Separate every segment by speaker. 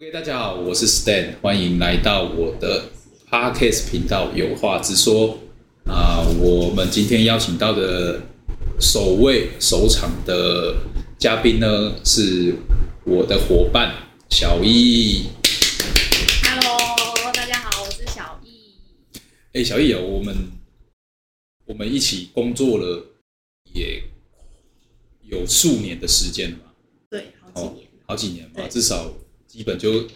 Speaker 1: OK，大家好，我是 Stan，欢迎来到我的 Podcast 频道“有话直说”啊、我们今天邀请到的首位首场的嘉宾呢，是我的伙伴小易。
Speaker 2: Hello，大家好，我是小易。
Speaker 1: 哎，小易啊，我们我们一起工作了也有数年的时间了嘛，
Speaker 2: 对，好几
Speaker 1: 哦
Speaker 2: 年了，，
Speaker 1: 好几年嘛，
Speaker 2: 对
Speaker 1: 至少基本就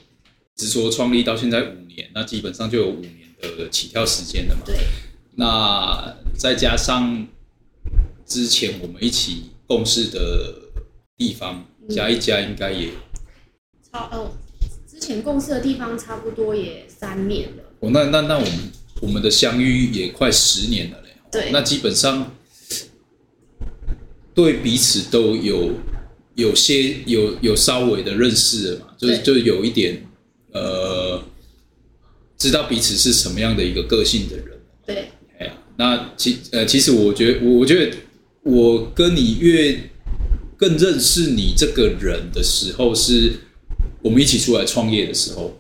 Speaker 1: 直说创立到现在五年，那基本上就有五年的起跳时间了嘛。
Speaker 2: 对
Speaker 1: 那再加上之前我们一起共事的地方，
Speaker 2: 嗯
Speaker 1: 加一加应该也，
Speaker 2: 超哦，之前共事的地方差不多也三年了。
Speaker 1: 哦，那那那我们我们的相遇也快十年了嘞。哦
Speaker 2: 对
Speaker 1: 那基本上对彼此都有有些有有稍微的认识了嘛，就是
Speaker 2: 对
Speaker 1: 就有一点呃，知道彼此是什么样的一个个性的人。
Speaker 2: 对，
Speaker 1: 哎呀，那其呃，其实我觉得，我我觉得我跟你越更认识你这个人的时候，是我们一起出来创业的时候。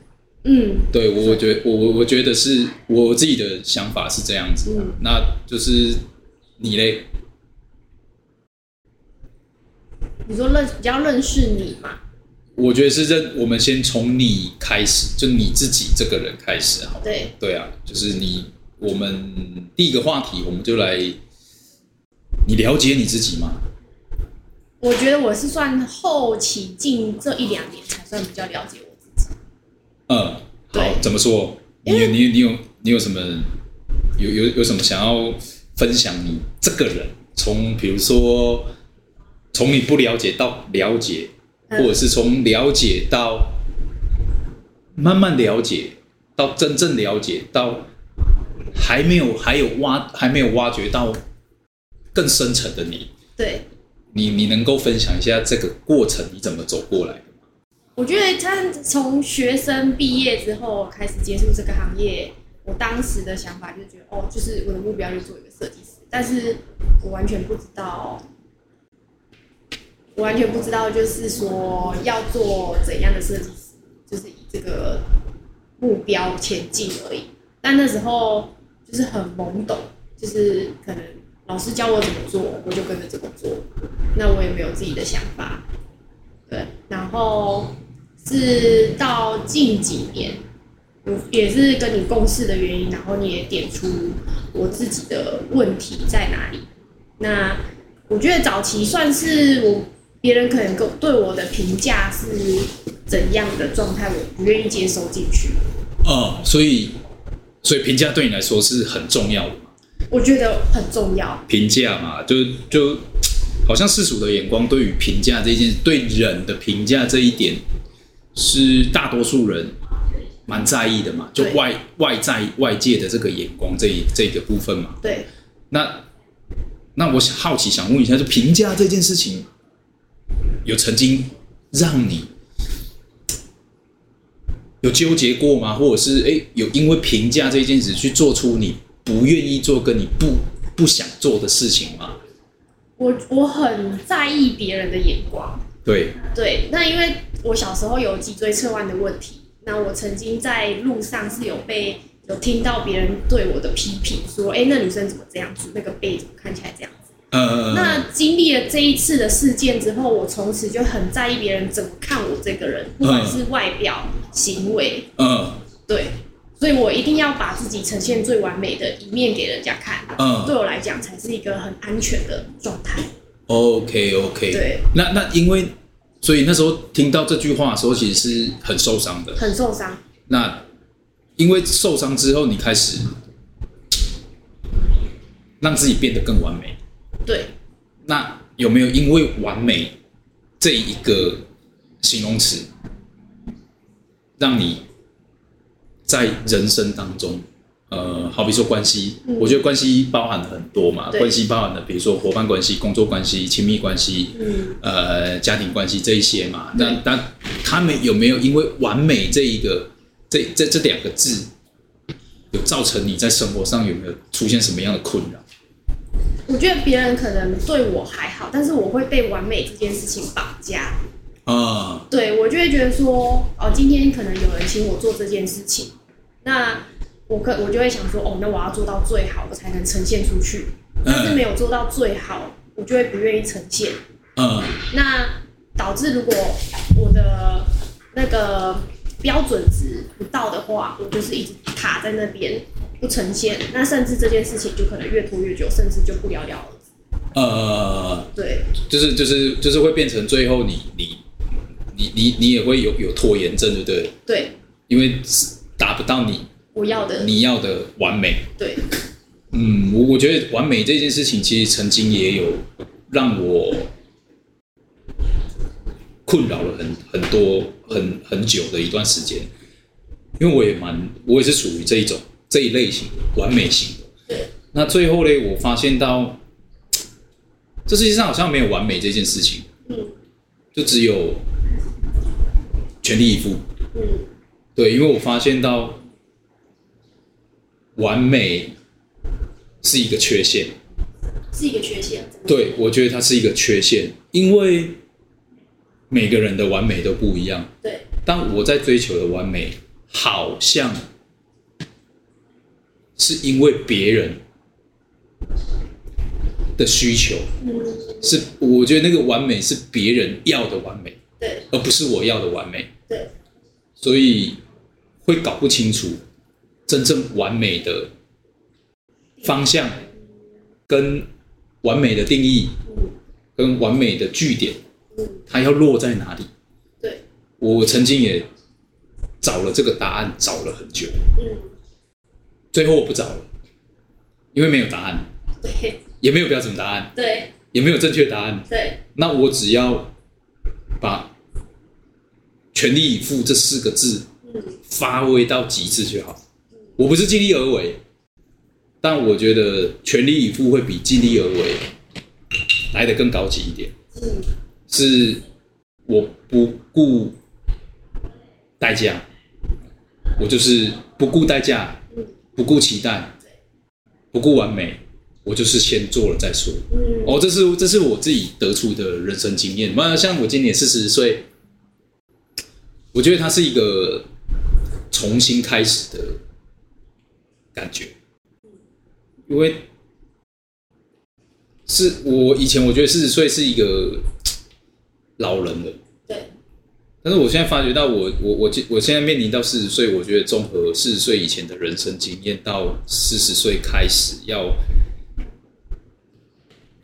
Speaker 2: 嗯，
Speaker 1: 对我，我觉得我我我觉得是我自己的想法是这样子的、
Speaker 2: 嗯
Speaker 1: 那就是你嘞，
Speaker 2: 你说认比较认识你嘛？
Speaker 1: 我觉得是认我们先从你开始，就你自己这个人开始好了。
Speaker 2: 对，
Speaker 1: 对啊，就是你，我们第一个话题，我们就来，你了解你自己吗？
Speaker 2: 我觉得我是算后期近这一两年才算比较了解我自己。
Speaker 1: 嗯，好
Speaker 2: 对，
Speaker 1: 怎么说？你有你有你有你有什么有有有什么想要分享？你这个人从比如说从你不了解到了解，
Speaker 2: 嗯
Speaker 1: 或者是从了解到慢慢了解到真正了解到还没有还有挖还没有挖掘到更深层的你，
Speaker 2: 对，
Speaker 1: 你你能够分享一下这个过程你怎么走过来的吗？
Speaker 2: 我觉得他从学生毕业之后开始接触这个行业，我当时的想法就是觉得，哦，就是我的目标就是做一个设计师，但是我完全不知道，我完全不知道，就是说要做怎样的设计师，就是以这个目标前进而已。但那时候就是很懵懂，就是可能老师教我怎么做，我就跟着怎么做，那我也没有自己的想法。对，然后是到近几年，我也是跟你共事的原因，然后你也点出我自己的问题在哪里。那我觉得早期算是我别人可能跟对我的评价是怎样的状态，我不愿意接收进去。
Speaker 1: 哦、所以所以评价对你来说是很重要的嘛。
Speaker 2: 我觉得很重要，
Speaker 1: 评价嘛，就就好像世俗的眼光对于评价这一件，对人的评价这一点，是大多数人蛮在意的嘛，就
Speaker 2: 对
Speaker 1: 外外在外界的这个眼光这一这个部分嘛。
Speaker 2: 对，
Speaker 1: 那那我想好奇想问一下，就评价这件事情，有曾经让你有纠结过吗？或者是哎、诶有因为评价这件事去做出你不愿意做跟你不不想做的事情吗？
Speaker 2: 我我很在意别人的眼光。
Speaker 1: 对，
Speaker 2: 对，那因为我小时候有脊椎侧弯的问题，那我曾经在路上是有被有听到别人对我的批评，说，哎、那女生怎么这样子？那个背怎么看起来这样子？
Speaker 1: 呃，
Speaker 2: 那经历了这一次的事件之后，我从此就很在意别人怎么看我这个人，不管是外表、行为，
Speaker 1: 嗯
Speaker 2: 对，所以我一定要把自己呈现最完美的一面给人家看，
Speaker 1: 嗯
Speaker 2: 对我来讲才是一个很安全的状态。
Speaker 1: ，OK OK，
Speaker 2: 对，
Speaker 1: 那那因为所以那时候听到这句话的时候，其实是很受伤的。
Speaker 2: 很受伤。
Speaker 1: 那因为受伤之后，你开始让自己变得更完美。
Speaker 2: 对，
Speaker 1: 那有没有因为完美这一个形容词，让你在人生当中，呃，好比说关系，
Speaker 2: 嗯
Speaker 1: 我觉得关系包含了很多嘛，
Speaker 2: 对
Speaker 1: 关系包含了比如说伙伴关系、工作关系、亲密关系，
Speaker 2: 嗯，
Speaker 1: 呃家庭关系这一些嘛。
Speaker 2: 对
Speaker 1: 那那他们有没有因为完美这一个这这这两个字，有造成你在生活上有没有出现什么样的困扰？
Speaker 2: 我觉得别人可能对我还好，但是我会被完美这件事情绑架。
Speaker 1: 啊，
Speaker 2: 对我就会觉得说，哦，今天可能有人请我做这件事情，那我可我就会想说，哦，那我要做到最好，我才能呈现出去。但是
Speaker 1: 嗯
Speaker 2: 没有做到最好，我就会不愿意呈现。
Speaker 1: 嗯
Speaker 2: 那导致如果我的那个标准值不到的话，我就是一直卡在那边不呈现，那甚至这件事情就可能越拖越久，甚至就不了了之。
Speaker 1: 呃，
Speaker 2: 对，
Speaker 1: 就是就是就是会变成最后你你你你你也会有有拖延症，对不对？
Speaker 2: 对，
Speaker 1: 因为达不到你
Speaker 2: 我要的，
Speaker 1: 你要的完美。
Speaker 2: 对，
Speaker 1: 嗯，我我觉得完美这件事情，其实曾经也有让我困扰了很很多很很久的一段时间，因为我也蛮我也是属于这一种这一类型完美型的。
Speaker 2: 对，
Speaker 1: 那最后嘞，我发现到这世界上好像没有完美这件事情，
Speaker 2: 嗯
Speaker 1: 就只有全力以赴。
Speaker 2: 嗯
Speaker 1: 对，因为我发现到完美是一个缺陷，
Speaker 2: 是一个缺陷。
Speaker 1: 对我觉得它是一个缺陷，因为每个人的完美都不一样。
Speaker 2: 对，
Speaker 1: 但我在追求的完美，好像是因为别人的需求，
Speaker 2: 嗯
Speaker 1: 是我觉得那个完美是别人要的完美，
Speaker 2: 对
Speaker 1: 而不是我要的完美。
Speaker 2: 对，
Speaker 1: 所以会搞不清楚真正完美的方向、跟完美的定义、
Speaker 2: 嗯
Speaker 1: 跟完美的据点，
Speaker 2: 嗯
Speaker 1: 它要落在哪里。
Speaker 2: 对，
Speaker 1: 我曾经也找了这个答案，找了很久，
Speaker 2: 嗯
Speaker 1: 最后我不找了，因为没有答案，
Speaker 2: 对
Speaker 1: 也没有标准答案，
Speaker 2: 对
Speaker 1: 也没有正确答案。
Speaker 2: 对
Speaker 1: 那我只要把“全力以赴”这四个字
Speaker 2: 嗯
Speaker 1: 发挥到极致就好。我不是尽力而为，但我觉得全力以赴会比尽力而为来得更高级一点。
Speaker 2: 嗯
Speaker 1: 是我不顾代价，我就是不顾代价，
Speaker 2: 嗯
Speaker 1: 不顾期待，不顾完美，我就是先做了再说。
Speaker 2: 嗯
Speaker 1: 哦，这是这是我自己得出的人生经验。那像我今年四十岁，我觉得它是一个重新开始的感觉，因为是我以前我觉得四十岁是一个老人了，
Speaker 2: 对
Speaker 1: 但是我现在发觉到我我我我现在面临到四十岁，我觉得综合四十岁以前的人生经验，到四十岁开始要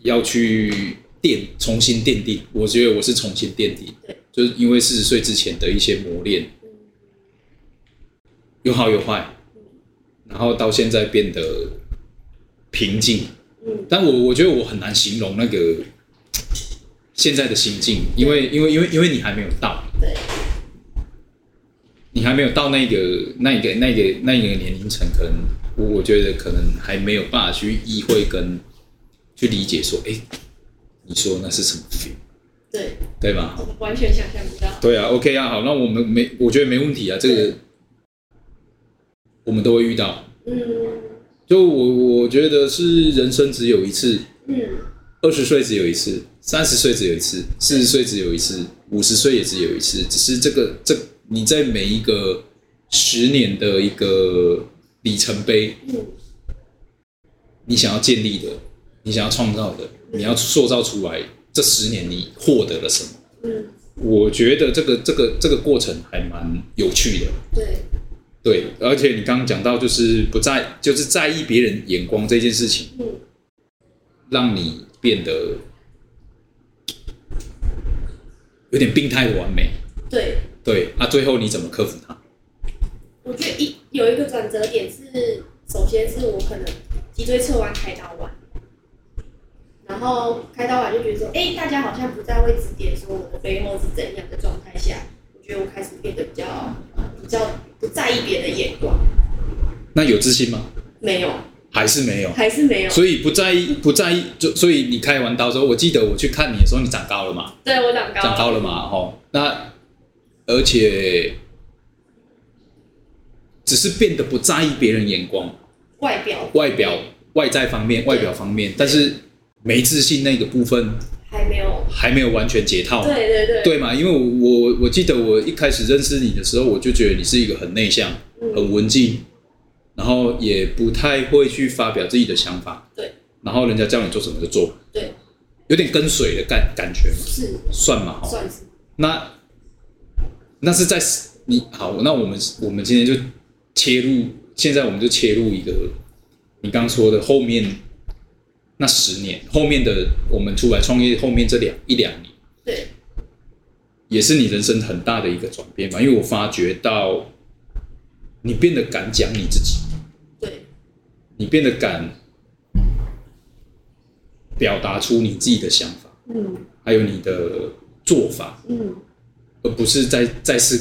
Speaker 1: 要去奠重新奠定，我觉得我是重新奠定
Speaker 2: 对，
Speaker 1: 就是因为四十岁之前的一些磨练，
Speaker 2: 嗯
Speaker 1: 有好有坏，然后到现在变得平静，
Speaker 2: 嗯
Speaker 1: 但我我觉得我很难形容那个现在的心境，因为因为因为因为你还没有到。
Speaker 2: 对
Speaker 1: 你还没有到那个、那个、那个、那个年龄层，可能我我觉得可能还没有办法去意会跟去理解说，哎、你说那是什么 feel，
Speaker 2: 对，
Speaker 1: 对吧？
Speaker 2: 我完全想象不到。
Speaker 1: 对啊，OK 啊，好，那我们没，我觉得没问题啊，这个我们都会遇到。
Speaker 2: 嗯
Speaker 1: 就我我觉得是人生只有一次，
Speaker 2: 嗯。
Speaker 1: 二十岁只有一次，三十岁只有一次，四十岁只有一次，五十岁也只有一次。只是这个这你在每一个十年的一个里程碑，
Speaker 2: 嗯
Speaker 1: 你想要建立的，你想要创造的，你要塑造出来，这十年你获得了什么？
Speaker 2: 嗯，
Speaker 1: 我觉得这个这个这个过程还蛮有趣的。
Speaker 2: 对，
Speaker 1: 对，而且你刚刚讲到，就是不在，就是在意别人眼光这件事情，
Speaker 2: 嗯
Speaker 1: 让你变得有点病态的完美。
Speaker 2: 对，
Speaker 1: 对啊，最后你怎么克服它？
Speaker 2: 我觉得一有一个转折点是，首先是我可能脊椎侧弯开刀完，然后开刀完就觉得说，哎、大家好像不再会指点说我的背后是怎样的状态下，我觉得我开始变得比较比较不在意别人的眼光，
Speaker 1: 那有自信吗？
Speaker 2: 没有，
Speaker 1: 还是没有？
Speaker 2: 还是没有，
Speaker 1: 所以不在意，不在意，就所以你开完刀之后，我记得我去看你的时候，你长高了嘛？
Speaker 2: 对我长高
Speaker 1: 长
Speaker 2: 了，
Speaker 1: 高了嘛，吼，那而且只是变得不在意别人眼光，
Speaker 2: 外表
Speaker 1: 外表外在方面、外表方面，但是没自信那个部分
Speaker 2: 还没有，
Speaker 1: 还没有完全解套嘛，
Speaker 2: 对对对，
Speaker 1: 对嘛？因为我我我记得我一开始认识你的时候，我就觉得你是一个很内向、
Speaker 2: 嗯
Speaker 1: 很文静，然后也不太会去发表自己的想法，
Speaker 2: 对，
Speaker 1: 然后人家叫你做什么就做，
Speaker 2: 对，
Speaker 1: 有点跟随的感感觉嘛，
Speaker 2: 是
Speaker 1: 算嘛哈。
Speaker 2: 算是
Speaker 1: 那那是在你好，那我们我们今天就切入，现在我们就切入一个你刚说的后面那十年，后面的我们出来创业后面这两一两年，
Speaker 2: 对，
Speaker 1: 也是你人生很大的一个转变嘛。因为我发觉到你变得敢讲你自己，
Speaker 2: 对，
Speaker 1: 你变得敢表达出你自己的想法，
Speaker 2: 嗯
Speaker 1: 还有你的做法，
Speaker 2: 嗯，
Speaker 1: 而不是再再是，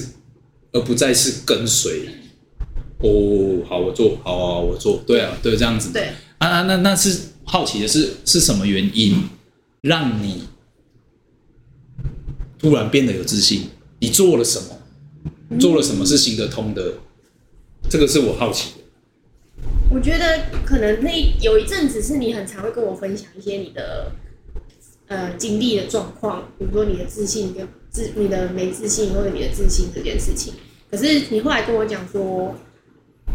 Speaker 1: 而不再是跟随。哦，好，我做，好啊，我做，对啊，对，这样子。
Speaker 2: 对，
Speaker 1: 啊啊，那那是好奇的是，是什么原因让你突然变得有自信？你做了什么？做了什么是行得通的？这个是我好奇的。
Speaker 2: 我觉得可能那一有一阵子是你很常会跟我分享一些你的呃经历的状况，比如说你的自信跟自你的没自信或者你的自信这件事情。可是你后来跟我讲说，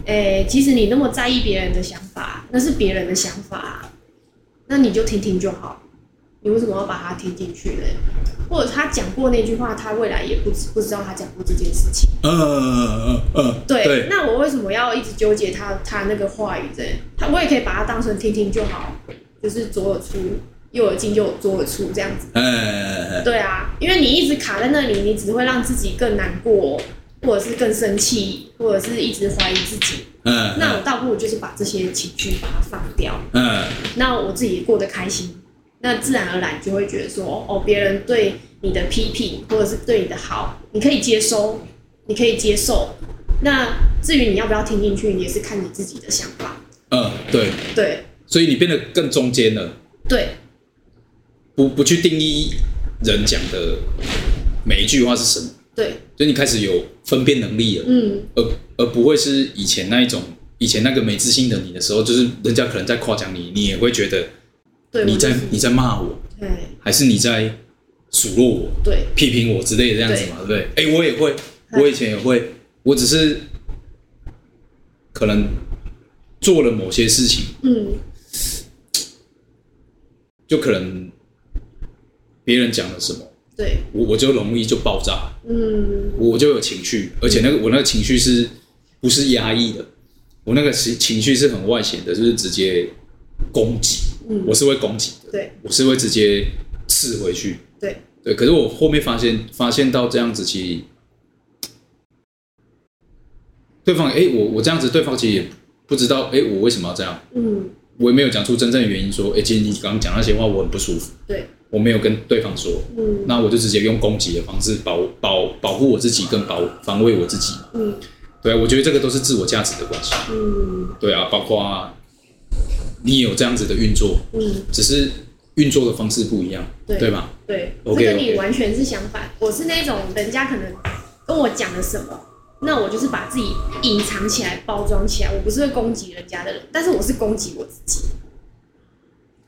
Speaker 2: 诶、其实你那么在意别人的想法，那是别人的想法，那你就听听就好，你为什么要把它听进去呢？或者他讲过那句话，他未来也不知不知道他讲过这件事情。
Speaker 1: 嗯嗯嗯嗯，
Speaker 2: 对，
Speaker 1: 对
Speaker 2: 那我为什么要一直纠结他他那个话语这？他我也可以把它当成听听就好，就是左耳出右耳进，右耳左耳出这样子。
Speaker 1: 哎哎，哎哎
Speaker 2: 对啊，因为你一直卡在那里，你只会让自己更难过，或者是更生气，或者是一直怀疑自己。
Speaker 1: 嗯，
Speaker 2: 那我倒不如就是把这些情绪把它放掉，
Speaker 1: 嗯
Speaker 2: 那我自己过得开心，那自然而然就会觉得说，哦，别人对你的批评或者是对你的好，你可以接收，你可以接受。那至于你要不要听进去，你也是看你自己的想法。
Speaker 1: 嗯，对，
Speaker 2: 对
Speaker 1: 所以你变得更中间了。
Speaker 2: 对
Speaker 1: 不不去定义人讲的每一句话是什么，
Speaker 2: 对，
Speaker 1: 所以你开始有分辨能力了，
Speaker 2: 嗯，
Speaker 1: 而而不会是以前那一种以前那个没自信的你的时候，就是人家可能在夸奖你，你也会觉得
Speaker 2: 对，
Speaker 1: 你
Speaker 2: 我就
Speaker 1: 在
Speaker 2: 是
Speaker 1: 你在骂我，
Speaker 2: 对
Speaker 1: 还是你在数落我、
Speaker 2: 对
Speaker 1: 批评我之类的这样子嘛，对不对？哎、我也会，我以前也会，我只是可能做了某些事情，
Speaker 2: 嗯
Speaker 1: 就可能别人讲了什么，
Speaker 2: 对
Speaker 1: 我我就容易就爆炸。
Speaker 2: 嗯
Speaker 1: 我就有情绪，而且那个我那个情绪是不是压抑的？我那个情情绪是很外显的，就是直接攻击，
Speaker 2: 嗯
Speaker 1: 我是会攻击的，
Speaker 2: 对
Speaker 1: 我是会直接刺回去。
Speaker 2: 对
Speaker 1: 对，可是我后面发现发现到这样子，其实对方哎、诶我我这样子，对方其实也不知道哎、诶我为什么要这样，
Speaker 2: 嗯
Speaker 1: 我也没有讲出真正的原因，说哎、诶其实你刚刚讲那些话，我很不舒服，
Speaker 2: 对
Speaker 1: 我没有跟对方说，
Speaker 2: 嗯
Speaker 1: 那我就直接用攻击的方式保保保护我自己，跟保防卫我自己。
Speaker 2: 嗯
Speaker 1: 对啊，我觉得这个都是自我价值的关系。
Speaker 2: 嗯
Speaker 1: 对啊，包括你也有这样子的运作，
Speaker 2: 嗯
Speaker 1: 只是运作的方式不一样，
Speaker 2: 对
Speaker 1: 对吧？
Speaker 2: 对，这
Speaker 1: OK，OK
Speaker 2: 跟你完全是相反。我是那种人家可能跟我讲了什么，那我就是把自己隐藏起来、包装起来。我不是会攻击人家的人，但是我是攻击我自己。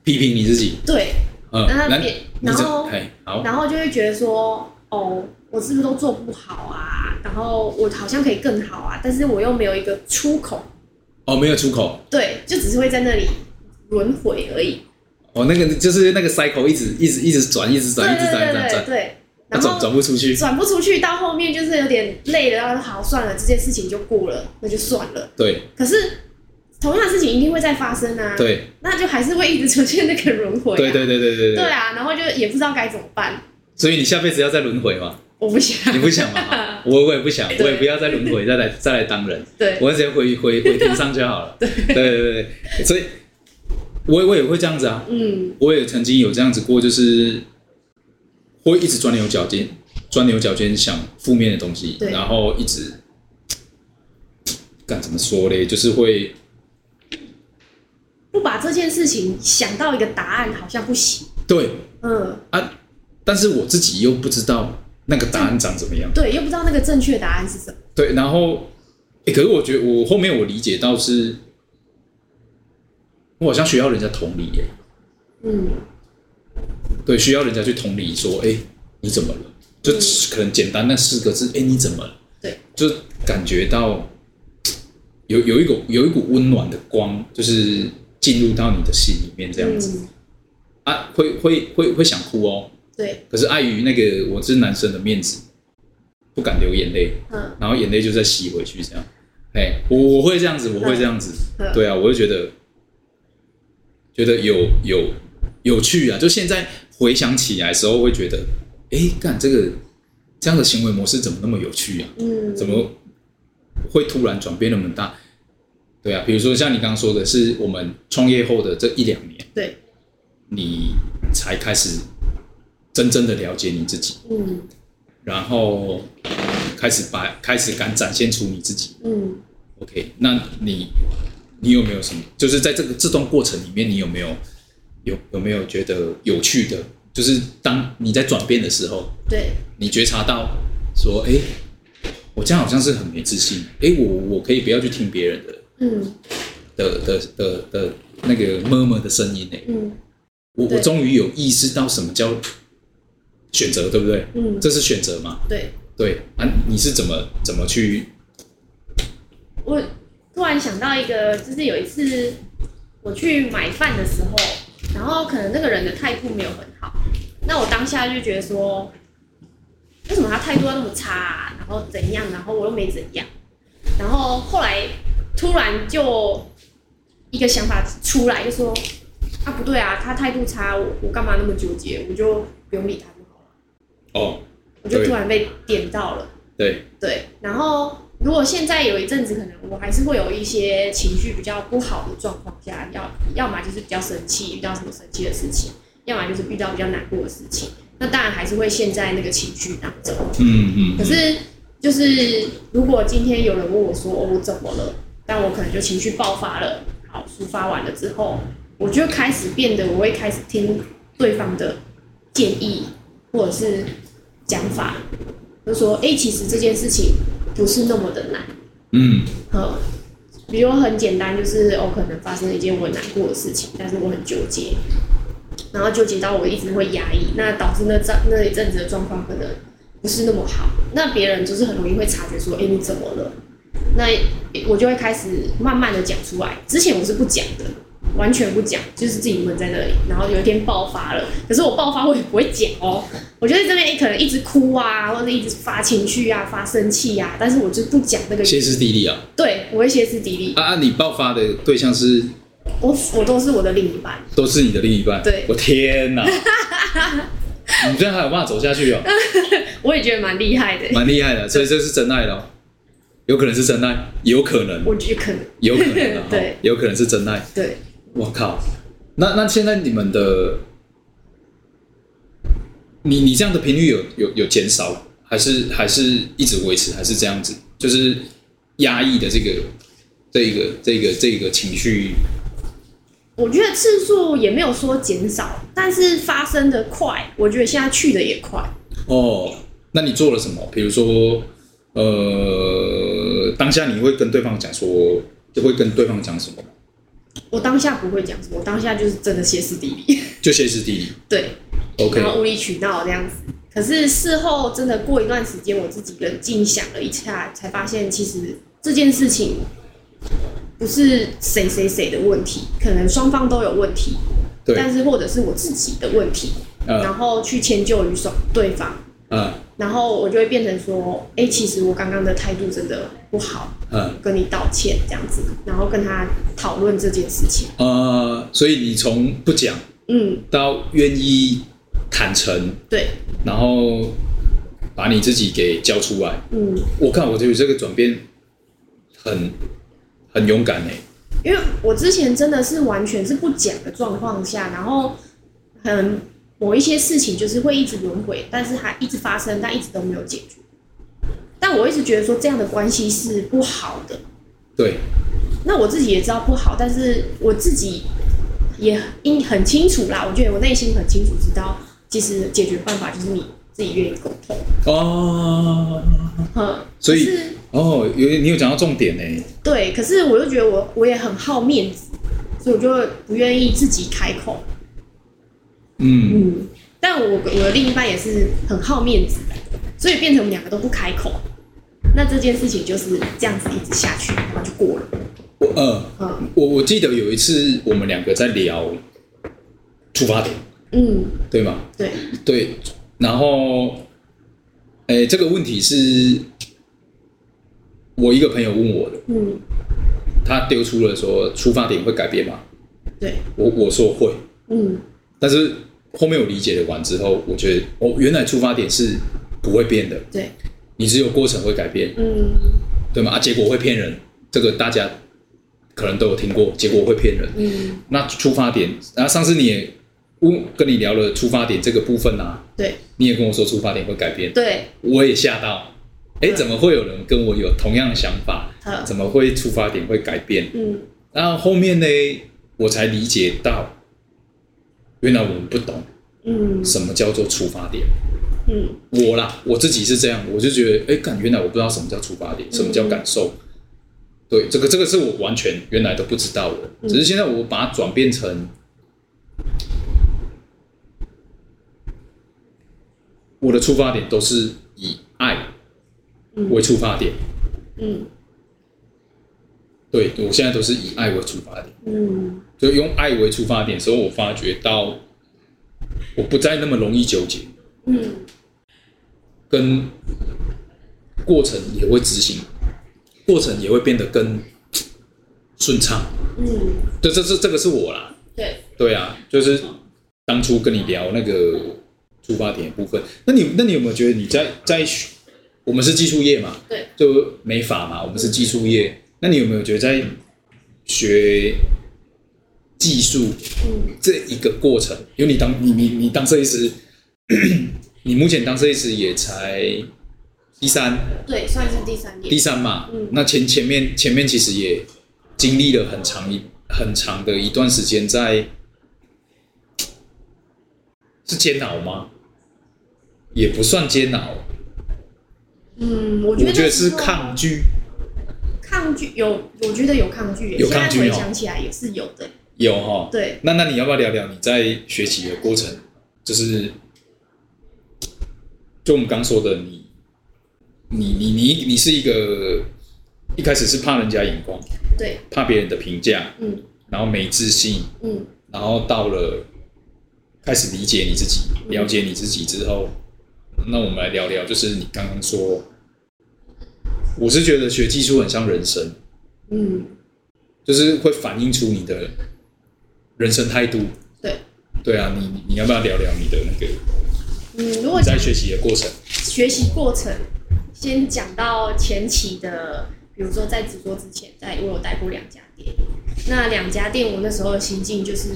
Speaker 1: 批评你自己，
Speaker 2: 对，
Speaker 1: 嗯，
Speaker 2: 那
Speaker 1: 那
Speaker 2: 别
Speaker 1: 你
Speaker 2: 然
Speaker 1: 这
Speaker 2: 后
Speaker 1: 哎，好，
Speaker 2: 然后就会觉得说，哦，我是不是都做不好啊？然后我好像可以更好啊，但是我又没有一个出口。
Speaker 1: 哦，没有出口，
Speaker 2: 对，就只是会在那里轮回而已。
Speaker 1: 哦，那个就是那个 cycle 一直一直一直转，一直
Speaker 2: 对
Speaker 1: 转，一直转，一
Speaker 2: 对
Speaker 1: 直
Speaker 2: 对对
Speaker 1: 转，
Speaker 2: 对。
Speaker 1: 它
Speaker 2: 然
Speaker 1: 转
Speaker 2: 后
Speaker 1: 转不出去，
Speaker 2: 转不出去，到后面就是有点累了，然后好算了，这件事情就过了，那就算了。
Speaker 1: 对
Speaker 2: 可是同样的事情一定会再发生啊，
Speaker 1: 对
Speaker 2: 那就还是会一直出现那个轮回、啊，
Speaker 1: 对对对对对
Speaker 2: 对
Speaker 1: 对，
Speaker 2: 啊，然后就也不知道该怎么办，
Speaker 1: 所以你下辈子要再轮回嘛？
Speaker 2: 我不想，
Speaker 1: 你不想嘛？好我我也不想，我也不要再轮回，再来再来当人。
Speaker 2: 对
Speaker 1: 我直接回回回天上就好了。对对对对，所以我也我也会这样子啊，
Speaker 2: 嗯，
Speaker 1: 我也曾经有这样子过，就是会一直钻牛角尖，钻牛角尖想负面的东西，
Speaker 2: 对
Speaker 1: 然后一直干怎么说嘞？就是会
Speaker 2: 不把这件事情想到一个答案好像不行，
Speaker 1: 对
Speaker 2: 嗯，
Speaker 1: 啊，但是我自己又不知道那个答案长怎么样。
Speaker 2: 对，又不知道那个正确答案是什么，
Speaker 1: 对，然后，诶可是我觉得我后面我理解到是，我好像需要人家同理耶、
Speaker 2: 嗯，
Speaker 1: 对，需要人家去同理说，哎，你怎么了？就
Speaker 2: 嗯
Speaker 1: 可能简单那四个字，哎，你怎么了？
Speaker 2: 对，
Speaker 1: 就感觉到有有一股有一股温暖的光，就是进入到你的心里面这样子、
Speaker 2: 嗯，
Speaker 1: 啊，会会会会想哭哦，
Speaker 2: 对，
Speaker 1: 可是碍于那个我是男生的面子，不敢流眼泪，
Speaker 2: 嗯
Speaker 1: 然后眼泪就再吸回去这样。哎，我我会这样子，我会这样子，
Speaker 2: 嗯
Speaker 1: 对啊，我就觉得觉得有有有趣啊，就现在回想起来的时候会觉得，哎，干这个这样的行为模式怎么那么有趣啊？
Speaker 2: 嗯，
Speaker 1: 怎么会突然转变那么大？对啊，比如说像你刚刚说的，是我们创业后的这一两年，
Speaker 2: 对，
Speaker 1: 你才开始真正的了解你自己，
Speaker 2: 嗯
Speaker 1: 然后开始把开始敢展现出你自己。
Speaker 2: 嗯
Speaker 1: OK，那你你有没有什么？就是在这个这段过程里面，你有没有有有没有觉得有趣的？就是当你在转变的时候，
Speaker 2: 对，
Speaker 1: 你觉察到说，哎、我这样好像是很没自信，哎、我我可以不要去听别人的
Speaker 2: 嗯
Speaker 1: 的的的的那个么么的声音呢、
Speaker 2: 嗯
Speaker 1: 我我
Speaker 2: 对
Speaker 1: 终于有意识到什么叫选择，对不对？
Speaker 2: 嗯，
Speaker 1: 这是选择嘛？
Speaker 2: 对
Speaker 1: 对啊，你是怎么怎么去？
Speaker 2: 我突然想到一个，就是有一次我去买饭的时候，然后可能那个人的态度没有很好，那我当下就觉得说，为什么他态度要那么差、啊？然后怎样？然后我又没怎样，然后后来突然就一个想法出来，就说啊不对啊，他态度差，我我干嘛那么纠结？我就不用理他就好了。
Speaker 1: 哦，
Speaker 2: 我就
Speaker 1: 对
Speaker 2: 突然被点到了。
Speaker 1: 对，
Speaker 2: 对，然后如果现在有一阵子，可能我还是会有一些情绪比较不好的状况下，要要么就是比较生气，遇到什么生气的事情，要么就是遇到比较难过的事情。那当然还是会陷在那个情绪当中。
Speaker 1: 嗯嗯，
Speaker 2: 可是就是如果今天有人问我说、哦、我怎么了，但我可能就情绪爆发了，好抒发完了之后，我就开始变得我会开始听对方的建议或者是讲法，就说哎、诶其实这件事情不是那么的难，
Speaker 1: 嗯
Speaker 2: 呃，比如很简单，就是哦，可能发生了一件我很难过的事情，但是我很纠结，然后纠结到我一直会压抑，那导致那阵那一阵子的状况可能不是那么好。那别人就是很容易会察觉说，哎、你怎么了？那我就会开始慢慢的讲出来。之前我是不讲的，完全不讲，就是自己闷在那里，然后有一天爆发了。可是我爆发我也不会讲哦，我就在这边可能一直哭啊，或者一直发情绪啊，发生气啊，但是我就不讲那个
Speaker 1: 歇斯底里啊
Speaker 2: 对，我会歇斯底里，
Speaker 1: 啊啊！你爆发的对象是
Speaker 2: 我我都是我的另一半，
Speaker 1: 都是你的另一半，
Speaker 2: 对
Speaker 1: 我天 哪，你这样还有办法走下去哦，
Speaker 2: 我也觉得蛮厉害的，
Speaker 1: 蛮厉害的，所以这是真爱咯，有可能是真爱，有可能，
Speaker 2: 我觉得可能，
Speaker 1: 有可能啊
Speaker 2: 对
Speaker 1: 有可能是真爱。
Speaker 2: 对，
Speaker 1: 我靠，那那现在你们的，你你这样的频率有有有减少，还是还是一直维持，还是这样子？就是压抑的这个这个这个这个情绪，
Speaker 2: 我觉得次数也没有说减少，但是发生的快，我觉得现在去的也快，
Speaker 1: 哦，那你做了什么？比如说，呃，当下你会跟对方讲说，就会跟对方讲什么吗？
Speaker 2: 我当下不会讲什么，我当下就是真的歇斯底里，
Speaker 1: 就歇斯底
Speaker 2: 对，
Speaker 1: 里，OK，
Speaker 2: 然后无理取闹这样子。可是事后真的过一段时间，我自己冷静想了一下，才发现其实这件事情不是谁谁谁的问题，可能双方都有问题，
Speaker 1: 对，
Speaker 2: 但是或者是我自己的问题，
Speaker 1: 呃
Speaker 2: 然后去迁就于手对方，
Speaker 1: 呃
Speaker 2: 然后我就会变成说，哎、其实我刚刚的态度真的不好，
Speaker 1: 呃
Speaker 2: 跟你道歉这样子，然后跟他讨论这件事情。
Speaker 1: 呃，所以你从不讲
Speaker 2: 嗯，
Speaker 1: 到愿意坦诚。
Speaker 2: 对，
Speaker 1: 然后把你自己给交出来。
Speaker 2: 嗯，
Speaker 1: 我看我觉得这个转变很很勇敢哎、
Speaker 2: 因为我之前真的是完全是不讲的状况下，然后可能某一些事情就是会一直轮回，但是它一直发生，但一直都没有解决。但我一直觉得说这样的关系是不好的，
Speaker 1: 对，
Speaker 2: 那我自己也知道不好，但是我自己也应很清楚啦。我觉得我内心很清楚知道，其实解决办法就是你自己愿意沟通。
Speaker 1: 哦
Speaker 2: 嗯，
Speaker 1: 所以
Speaker 2: 可是
Speaker 1: 哦，有你有讲到重点哎、
Speaker 2: 对，可是我又觉得我我也很好面子，所以我就不愿意自己开口。
Speaker 1: 嗯，
Speaker 2: 嗯，但我我的另一半也是很好面子的，所以变成我们两个都不开口。那这件事情就是这样子一直下去，然后就过了。
Speaker 1: 我呃，
Speaker 2: 嗯
Speaker 1: 我我记得有一次我们两个在聊出发点，
Speaker 2: 嗯，
Speaker 1: 对吗？
Speaker 2: 对，
Speaker 1: 对，然后，哎，这个问题是我一个朋友问我的，
Speaker 2: 嗯
Speaker 1: 他丢出了说出发点会改变吗？
Speaker 2: 对，
Speaker 1: 我我说会，
Speaker 2: 嗯
Speaker 1: 但是后面我理解了完之后，我觉得哦，原来出发点是不会变的，
Speaker 2: 对，
Speaker 1: 你只有过程会改变，
Speaker 2: 嗯
Speaker 1: 对吗？啊，结果会骗人，这个大家可能都有听过，结果会骗人。
Speaker 2: 嗯
Speaker 1: 那出发点，然、后上次你也问跟你聊了出发点这个部分啊，
Speaker 2: 对
Speaker 1: 你也跟我说出发点会改变，
Speaker 2: 对，
Speaker 1: 我也吓到，哎，怎么会有人跟我有同样的想法？
Speaker 2: 呃
Speaker 1: 怎么会出发点会改变？
Speaker 2: 嗯
Speaker 1: 然后后面呢，我才理解到，原来我们不懂
Speaker 2: 嗯
Speaker 1: 什么叫做出发点。
Speaker 2: 嗯
Speaker 1: 我啦，我自己是这样，我就觉得，哎，感原来我不知道什么叫出发
Speaker 2: 嗯
Speaker 1: 点，什么叫感受。对，这个这个是我完全原来都不知道的，
Speaker 2: 嗯
Speaker 1: 只是现在我把它转变成，我的出发点都是以爱
Speaker 2: 嗯
Speaker 1: 为出发点。
Speaker 2: 嗯
Speaker 1: 对，我现在都是以爱为出发点，
Speaker 2: 嗯
Speaker 1: 就用爱为出发点，所以我发觉到，我不再那么容易纠结，
Speaker 2: 嗯
Speaker 1: 跟过程也会执行，过程也会变得更顺畅。
Speaker 2: 嗯，
Speaker 1: 这这这这个是我啦，
Speaker 2: 对，
Speaker 1: 对啊，就是当初跟你聊那个出发点的部分。那你那你有没有觉得你在在学我们是技术业嘛？
Speaker 2: 对，
Speaker 1: 就美法嘛，我们是技术业。那你有没有觉得在学技术
Speaker 2: 嗯
Speaker 1: 这一个过程，因为你当你你你当设计师， 你目前当设计师也才第三
Speaker 2: 对，算是第三
Speaker 1: 第
Speaker 2: 点。
Speaker 1: 三嘛，
Speaker 2: 嗯
Speaker 1: 那前前面前面其实也经历了很长一很长的一段时间在是煎熬吗？也不算煎熬，
Speaker 2: 嗯，我觉
Speaker 1: 我
Speaker 2: 得
Speaker 1: 觉得是
Speaker 2: 那时候
Speaker 1: 抗拒，
Speaker 2: 抗拒有，我觉得有抗拒耶，
Speaker 1: 有抗拒哦
Speaker 2: 现在回想起来也是有的。
Speaker 1: 有哈。
Speaker 2: 对，
Speaker 1: 那那你要不要聊聊你在学习的过程？就是，就我们刚说的，你，你你你你是一个一开始是怕人家眼光，
Speaker 2: 对，
Speaker 1: 怕别人的评价，
Speaker 2: 嗯
Speaker 1: 然后没自信，
Speaker 2: 嗯
Speaker 1: 然后到了开始理解你自己，了解你自己之后，那我们来聊聊，就是你刚刚说，我是觉得学技术很像人生，
Speaker 2: 嗯，
Speaker 1: 就是会反映出你的人生态度。
Speaker 2: 对，
Speaker 1: 对啊，你你你要不要聊聊你的那个你
Speaker 2: 嗯，如果
Speaker 1: 在学习的过程？
Speaker 2: 学习过程，先讲到前期的，比如说在直播之前，在我有待过两家店，那两家店我那时候的心境就是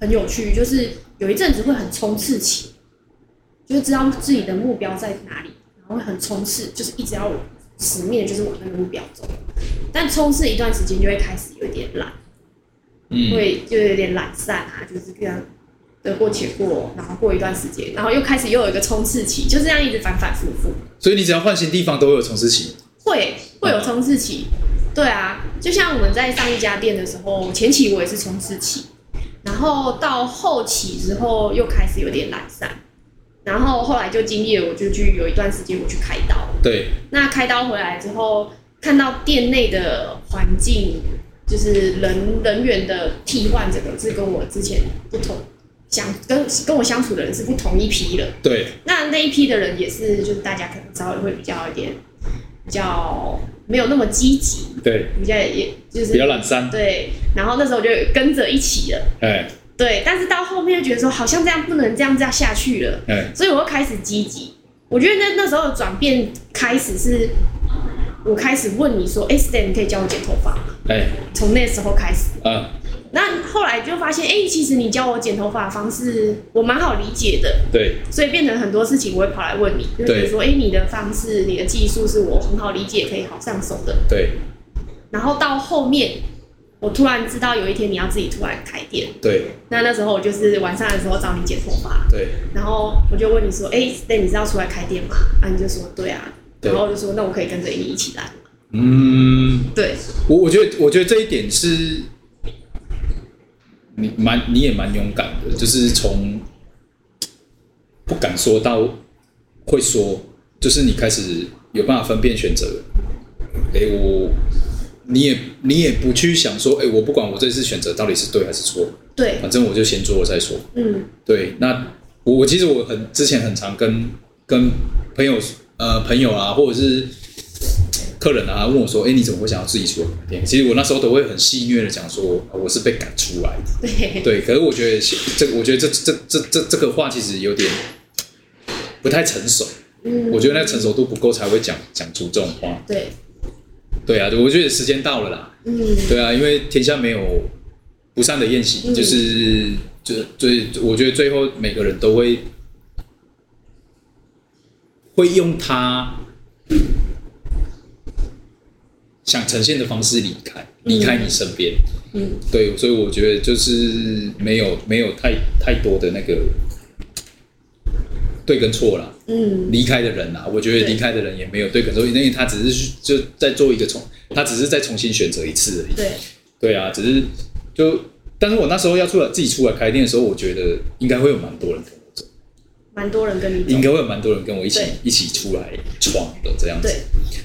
Speaker 2: 很有趣，就是有一阵子会很冲刺期，就是知道自己的目标在哪里，然后会很冲刺，就是一直要死命地就是往那个目标走，但冲刺一段时间就会开始有点懒。
Speaker 1: 嗯
Speaker 2: 会就有点懒散啊，就是这样得过且过，然后过一段时间，然后又开始又有一个冲刺期，就这样一直反反复复，
Speaker 1: 所以你只要换新地方都会有重视期。
Speaker 2: 会会有冲刺期。对啊，就像我们在上一家店的时候，前期我也是冲刺期，然后到后期之后又开始有点懒散，然后后来就经历了，我就去有一段时间我去开刀，
Speaker 1: 对，
Speaker 2: 那开刀回来之后，看到店内的环境，就是人人员的替换，这个是跟我之前不同，相跟跟我相处的人是不同一批的。
Speaker 1: 对，
Speaker 2: 那那一批的人也是，就是大家可能稍微会比较一点，比较没有那么积极，
Speaker 1: 对，
Speaker 2: 比较也就是
Speaker 1: 比较懒散。
Speaker 2: 对。然后那时候就跟着一起了，
Speaker 1: 哎
Speaker 2: 对。但是到后面就觉得说，好像这样不能这样这样下去了。
Speaker 1: 哎，
Speaker 2: 所以我又开始积极。我觉得那那时候的转变开始是，我开始问你说：“哎、s t a n 你可以教我剪头发吗
Speaker 1: 哎，？”
Speaker 2: 从那时候开始，
Speaker 1: 啊，
Speaker 2: 那后来就发现，哎、其实你教我剪头发的方式，我蛮好理解的，
Speaker 1: 对
Speaker 2: 所以变成很多事情我会跑来问你，就
Speaker 1: 对
Speaker 2: 是说，哎、你的方式、你的技术是我很好理解、可以好上手的。
Speaker 1: 对
Speaker 2: 然后到后面，我突然知道有一天你要自己突然开店，
Speaker 1: 对
Speaker 2: 那那时候我就是晚上的时候找你剪头发，
Speaker 1: 对
Speaker 2: 然后我就问你说，哎、那你是要出来开店吗？啊，你就说对啊，
Speaker 1: 对
Speaker 2: 然后我就说那我可以跟着你一起来吗。
Speaker 1: 嗯。
Speaker 2: 对，
Speaker 1: 我我觉得，我觉得这一点是，你蛮你也蛮勇敢的，就是从不敢说到会说，就是你开始有办法分辨选择。哎，我你也你也不去想说，哎，我不管我这次选择到底是对还是错，
Speaker 2: 对，
Speaker 1: 反正我就先做了再说。
Speaker 2: 嗯
Speaker 1: 对，那我我其实我很之前很常跟跟朋友呃朋友啊，或者是客人啊问我说，哎，你怎么会想要自己出来开店？其实我那时候都会很戏谑的讲说，啊我是被赶出来的。
Speaker 2: 对，
Speaker 1: 对，可是我觉得这，我觉得这这这这这个话其实有点不太成熟，
Speaker 2: 嗯，
Speaker 1: 我觉得那个成熟度不够才会讲讲出这种话。
Speaker 2: 对，
Speaker 1: 对啊，我觉得时间到了啦。
Speaker 2: 嗯
Speaker 1: 对啊，因为天下没有不散的宴席，
Speaker 2: 嗯
Speaker 1: 就是就最，我觉得最后每个人都会会用他想呈现的方式离开，离开你身边。
Speaker 2: 嗯
Speaker 1: 对，所以我觉得就是没有没有太太多的那个对跟错啦，
Speaker 2: 嗯，
Speaker 1: 离开的人啦，我觉得
Speaker 2: 对
Speaker 1: 离开的人也没有对跟错，因为他只是去就再做一个重，他只是再重新选择一次而已。
Speaker 2: 对，
Speaker 1: 对啊，只是就，但是我那时候要出来自己出来开店的时候，我觉得应该会有蛮多人跟我走，
Speaker 2: 蛮多人跟你
Speaker 1: 应
Speaker 2: 走，
Speaker 1: 该会有蛮多人跟我一起
Speaker 2: 对
Speaker 1: 一起出来闯的这样子，
Speaker 2: 对，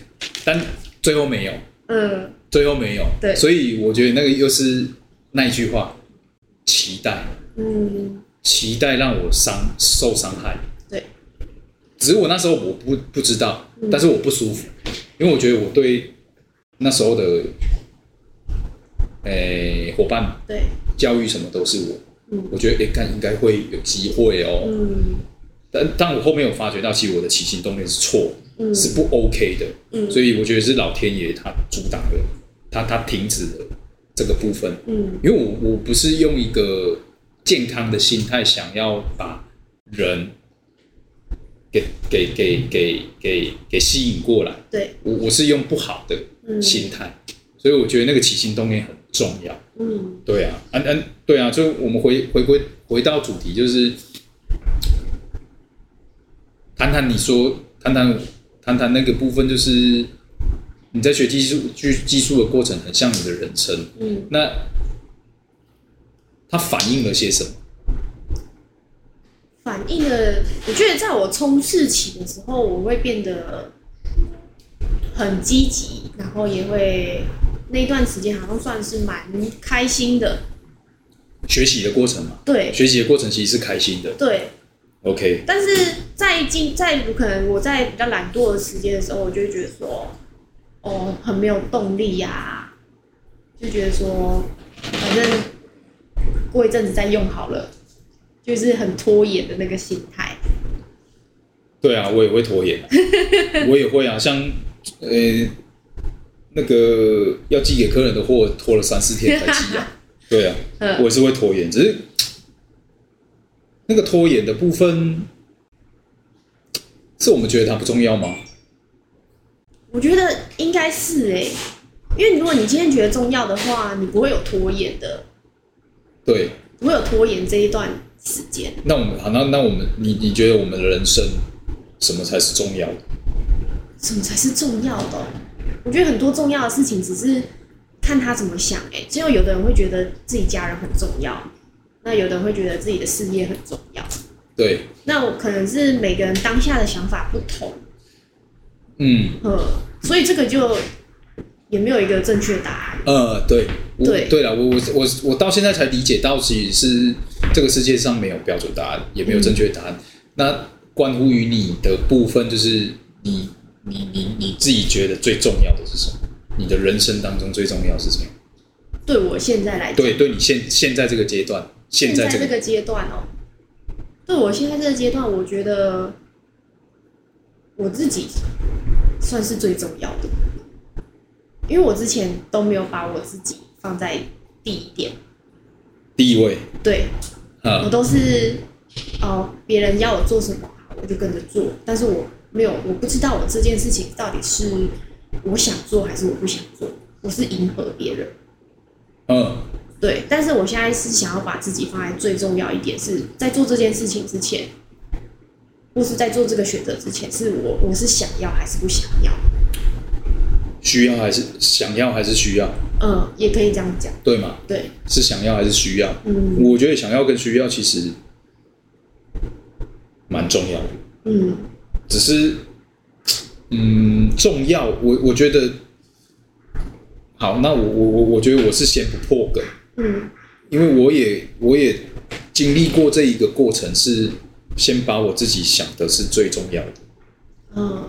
Speaker 1: 但最后没有，
Speaker 2: 嗯，
Speaker 1: 最后没有，
Speaker 2: 对
Speaker 1: 所以我觉得那个又是那一句话，期待。
Speaker 2: 嗯，
Speaker 1: 期待让我伤受伤害。
Speaker 2: 对，
Speaker 1: 只是我那时候我不不知道，
Speaker 2: 嗯
Speaker 1: 但是我不舒服，因为我觉得我对那时候的诶、伙伴
Speaker 2: 对，
Speaker 1: 教育什么都是我，
Speaker 2: 嗯
Speaker 1: 我觉得诶看、应该会有机会哦。
Speaker 2: 嗯
Speaker 1: 但但我后面有发觉到，其实我的起心动念是错，
Speaker 2: 嗯
Speaker 1: 是不 OK 的。
Speaker 2: 嗯
Speaker 1: 所以我觉得是老天爷他阻挡了，他他停止了这个部分。
Speaker 2: 嗯
Speaker 1: 因为我我不是用一个健康的心态想要把人给给给给给给吸引过来，
Speaker 2: 对，
Speaker 1: 我我是用不好的
Speaker 2: 嗯
Speaker 1: 心态，所以我觉得那个起心动念很重要。
Speaker 2: 嗯
Speaker 1: 对啊，嗯嗯，对啊，就我们回回归回到主题，就是谈谈你说谈谈谈谈那个部分，就是你在学技术技技术的过程，很像你的人生。
Speaker 2: 嗯
Speaker 1: 那它反映了些什么？
Speaker 2: 反映了，我觉得在我冲刺期的时候，我会变得很积极，然后也会那一段时间好像算是蛮开心的，
Speaker 1: 学习的过程嘛，
Speaker 2: 对
Speaker 1: 学习的过程其实是开心的。
Speaker 2: 对，
Speaker 1: OK，
Speaker 2: 但是在进在可能我在比较懒惰的时间的时候，我就会觉得说，哦，很没有动力呀、就觉得说，反正过一阵子再用好了，就是很拖延的那个心态。
Speaker 1: 对啊，我也会拖延啊、我也会啊，像呃那个要寄给客人的货，拖了三四天才寄啊。对啊，
Speaker 2: 嗯
Speaker 1: 我也是会拖延，只是那个拖延的部分，是我们觉得它不重要吗？
Speaker 2: 我觉得应该是哎、因为如果你今天觉得重要的话，你不会有拖延的，
Speaker 1: 对，
Speaker 2: 不会有拖延这一段时间。
Speaker 1: 那我们好，那那我们你你觉得我们的人生什么才是重要的？
Speaker 2: 什么才是重要的哦、我觉得很多重要的事情只是看他怎么想、欸。哎，只有有的人会觉得自己家人很重要，那有的人会觉得自己的事业很重要。
Speaker 1: 对，
Speaker 2: 那我可能是每个人当下的想法不同，
Speaker 1: 嗯。
Speaker 2: 呃，所以这个就也没有一个正确答案。
Speaker 1: 呃，对，我
Speaker 2: 对
Speaker 1: 对了，我我我我到现在才理解到，其实是这个世界上没有标准答案，也没有正确答案。那关乎于你的部分，就是你你你你自己觉得最重要的是什么？你的人生当中最重要是什么？
Speaker 2: 对我现在来讲，
Speaker 1: 对，对你现现在这个阶段，现在这
Speaker 2: 这
Speaker 1: 个
Speaker 2: 个阶段哦、对我现在这个阶段，我觉得我自己算是最重要的，因为我之前都没有把我自己放在第一点，
Speaker 1: 第一位
Speaker 2: 对我
Speaker 1: 啊，
Speaker 2: 都是哦，别、人要我做什么，我就跟着做，但是我没有，我不知道我这件事情到底是我想做还是我不想做，我是迎合别人。
Speaker 1: 嗯，
Speaker 2: 对，但是我现在是想要把自己放在最重要一点，是在做这件事情之前，或是在做这个选择之前，是我我是想要还是不想要？
Speaker 1: 需要还是想要还是需要，
Speaker 2: 嗯，也可以这样讲。
Speaker 1: 对吗？
Speaker 2: 对，
Speaker 1: 是想要还是需要？
Speaker 2: 嗯
Speaker 1: 我觉得想要跟需要其实蛮重要的。
Speaker 2: 嗯
Speaker 1: 只是，嗯，重要，我我觉得，好，那我我我我觉得我是先不破梗，
Speaker 2: 嗯
Speaker 1: 因为我也我也经历过这一个过程，是先把我自己想的是最重要的，
Speaker 2: 嗯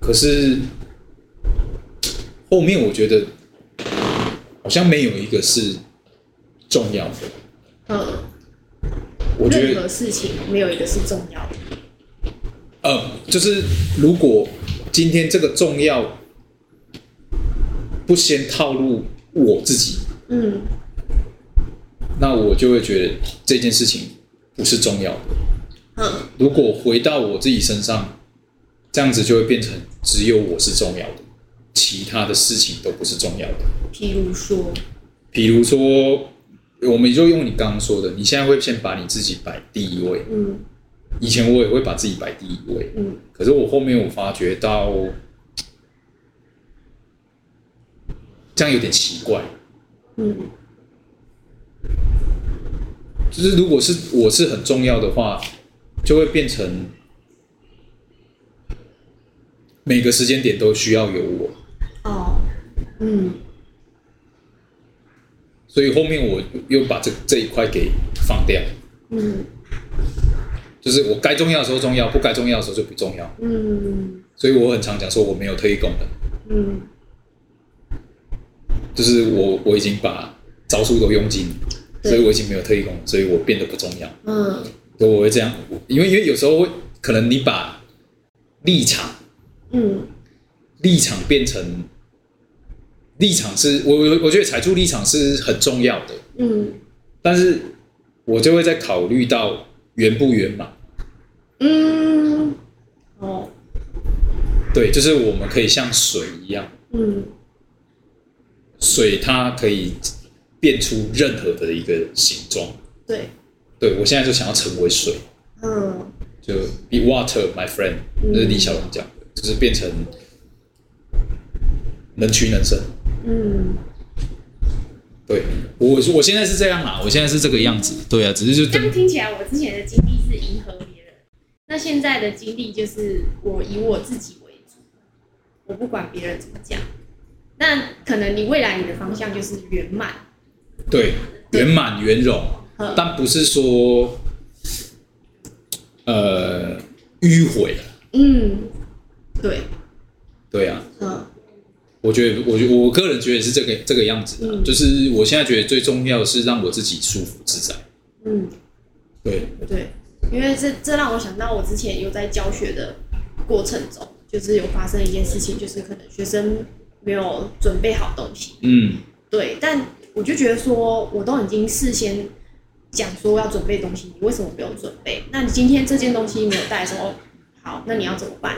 Speaker 1: 可是后面我觉得好像没有一个是重要的，
Speaker 2: 嗯，
Speaker 1: 我觉
Speaker 2: 任
Speaker 1: 得
Speaker 2: 何事情没有一个是重要的。
Speaker 1: 呃，就是如果今天这个重要不先套路我自己。
Speaker 2: 嗯
Speaker 1: 那我就会觉得这件事情不是重要的。
Speaker 2: 嗯
Speaker 1: 如果回到我自己身上，这样子就会变成只有我是重要的，其他的事情都不是重要的。
Speaker 2: 譬如说，
Speaker 1: 比如说，我们就用你刚刚说的，你现在会先把你自己摆第一位。
Speaker 2: 嗯
Speaker 1: 以前我也会把自己摆第一位，
Speaker 2: 嗯
Speaker 1: 可是我后面我发觉到，这样有点奇怪。
Speaker 2: 嗯
Speaker 1: 就是如果是我是很重要的话，就会变成每个时间点都需要有我，
Speaker 2: 哦，嗯
Speaker 1: 所以后面我又把这这一块给放掉，
Speaker 2: 嗯
Speaker 1: 就是我该重要的时候重要，不该重要的时候就不重要。
Speaker 2: 嗯
Speaker 1: 所以我很常讲说我没有特异功能，
Speaker 2: 嗯，
Speaker 1: 就是我我已经把招数都用尽，
Speaker 2: 对
Speaker 1: 所以我已经没有特异功能，所以我变得不重要。
Speaker 2: 嗯
Speaker 1: 所以我会这样，因为因为有时候会可能你把立场
Speaker 2: 嗯
Speaker 1: 立场变成立场是我我我觉得踩住立场是很重要的，
Speaker 2: 嗯
Speaker 1: 但是我就会在考虑到圆不圆满。
Speaker 2: 嗯，哦，
Speaker 1: 对，就是我们可以像水一样，
Speaker 2: 嗯
Speaker 1: 水它可以变出任何的一个形状。
Speaker 2: 对，
Speaker 1: 对我现在就想要成为水，
Speaker 2: 嗯
Speaker 1: 就 be water my friend，
Speaker 2: 嗯
Speaker 1: 那是李小龙讲的，就是变成能屈能伸。
Speaker 2: 嗯
Speaker 1: 对我我现在是这样啊，我现在是这个样子。对啊，只是就
Speaker 2: 这样听起来，我之前的经历是迎合别人，那现在的经历就是我以我自己为主，我不管别人怎么讲。那可能你未来你的方向就是圆满，
Speaker 1: 对，圆满圆融，
Speaker 2: 嗯
Speaker 1: 但不是说呃迂回。
Speaker 2: 嗯，对，
Speaker 1: 对啊，
Speaker 2: 嗯
Speaker 1: 我觉得，我觉我个人觉得是这个这个样子、啊，
Speaker 2: 嗯
Speaker 1: 就是我现在觉得最重要的是让我自己舒服自在。
Speaker 2: 嗯，
Speaker 1: 对，
Speaker 2: 对，因为这这让我想到我之前有在教学的过程中，就是有发生一件事情，就是可能学生没有准备好东西，
Speaker 1: 嗯
Speaker 2: 对，但我就觉得说，我都已经事先讲说要准备东西，你为什么没有准备？那你今天这件东西没有带的时候，好，那你要怎么办？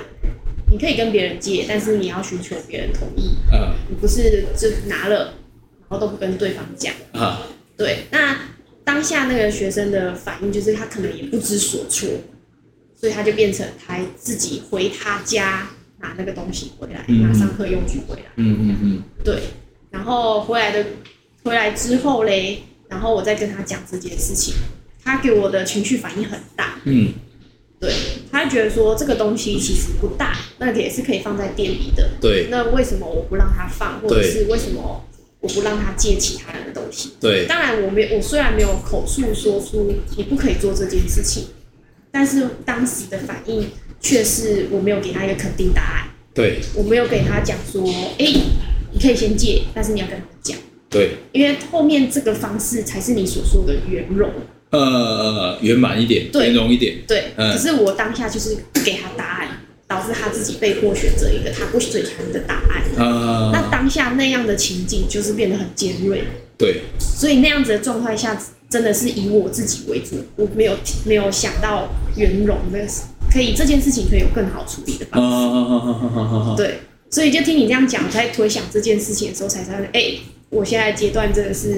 Speaker 2: 你可以跟别人借，但是你要寻求别人同意，
Speaker 1: 啊
Speaker 2: 你不是就拿了，然后都不跟对方讲。
Speaker 1: 啊，
Speaker 2: 对，那当下那个学生的反应就是他可能也不知所措，所以他就变成他自己回他家拿那个东西回来，
Speaker 1: 嗯
Speaker 2: 拿上课用具回来。
Speaker 1: 嗯嗯嗯，
Speaker 2: 对，然后回来的回来之后嘞，然后我再跟他讲这件事情，他给我的情绪反应很大，
Speaker 1: 嗯
Speaker 2: 对他觉得说这个东西其实不大，那个也是可以放在店里的，
Speaker 1: 对
Speaker 2: 那为什么我不让他放，或者
Speaker 1: 对
Speaker 2: 是为什么我不让他借其他人的东西？
Speaker 1: 对
Speaker 2: 当然，我没我虽然没有口述说出你不可以做这件事情，但是当时的反应却是我没有给他一个肯定答案。
Speaker 1: 对
Speaker 2: 我没有给他讲说，哎、你可以先借，但是你要跟他讲，
Speaker 1: 对，
Speaker 2: 因为后面这个方式才是你所说的圆融。
Speaker 1: 呃呃，圆满一点，
Speaker 2: 对
Speaker 1: 圆融一点，
Speaker 2: 对，
Speaker 1: 嗯
Speaker 2: 可是我当下就是不给他答案，导致他自己被迫选择一个他不喜欢的答案。那
Speaker 1: 啊，
Speaker 2: 当下那样的情景就是变得很尖锐，
Speaker 1: 对
Speaker 2: 所以那样子的状态下，真的是以我自己为主，我没有没有想到圆融的，可以这件事情可以有更好处理的
Speaker 1: 啊
Speaker 2: 方法。
Speaker 1: 啊，
Speaker 2: 对，所以就听你这样讲，我在推想这件事情的时候，才知道，哎、我现在阶段真的是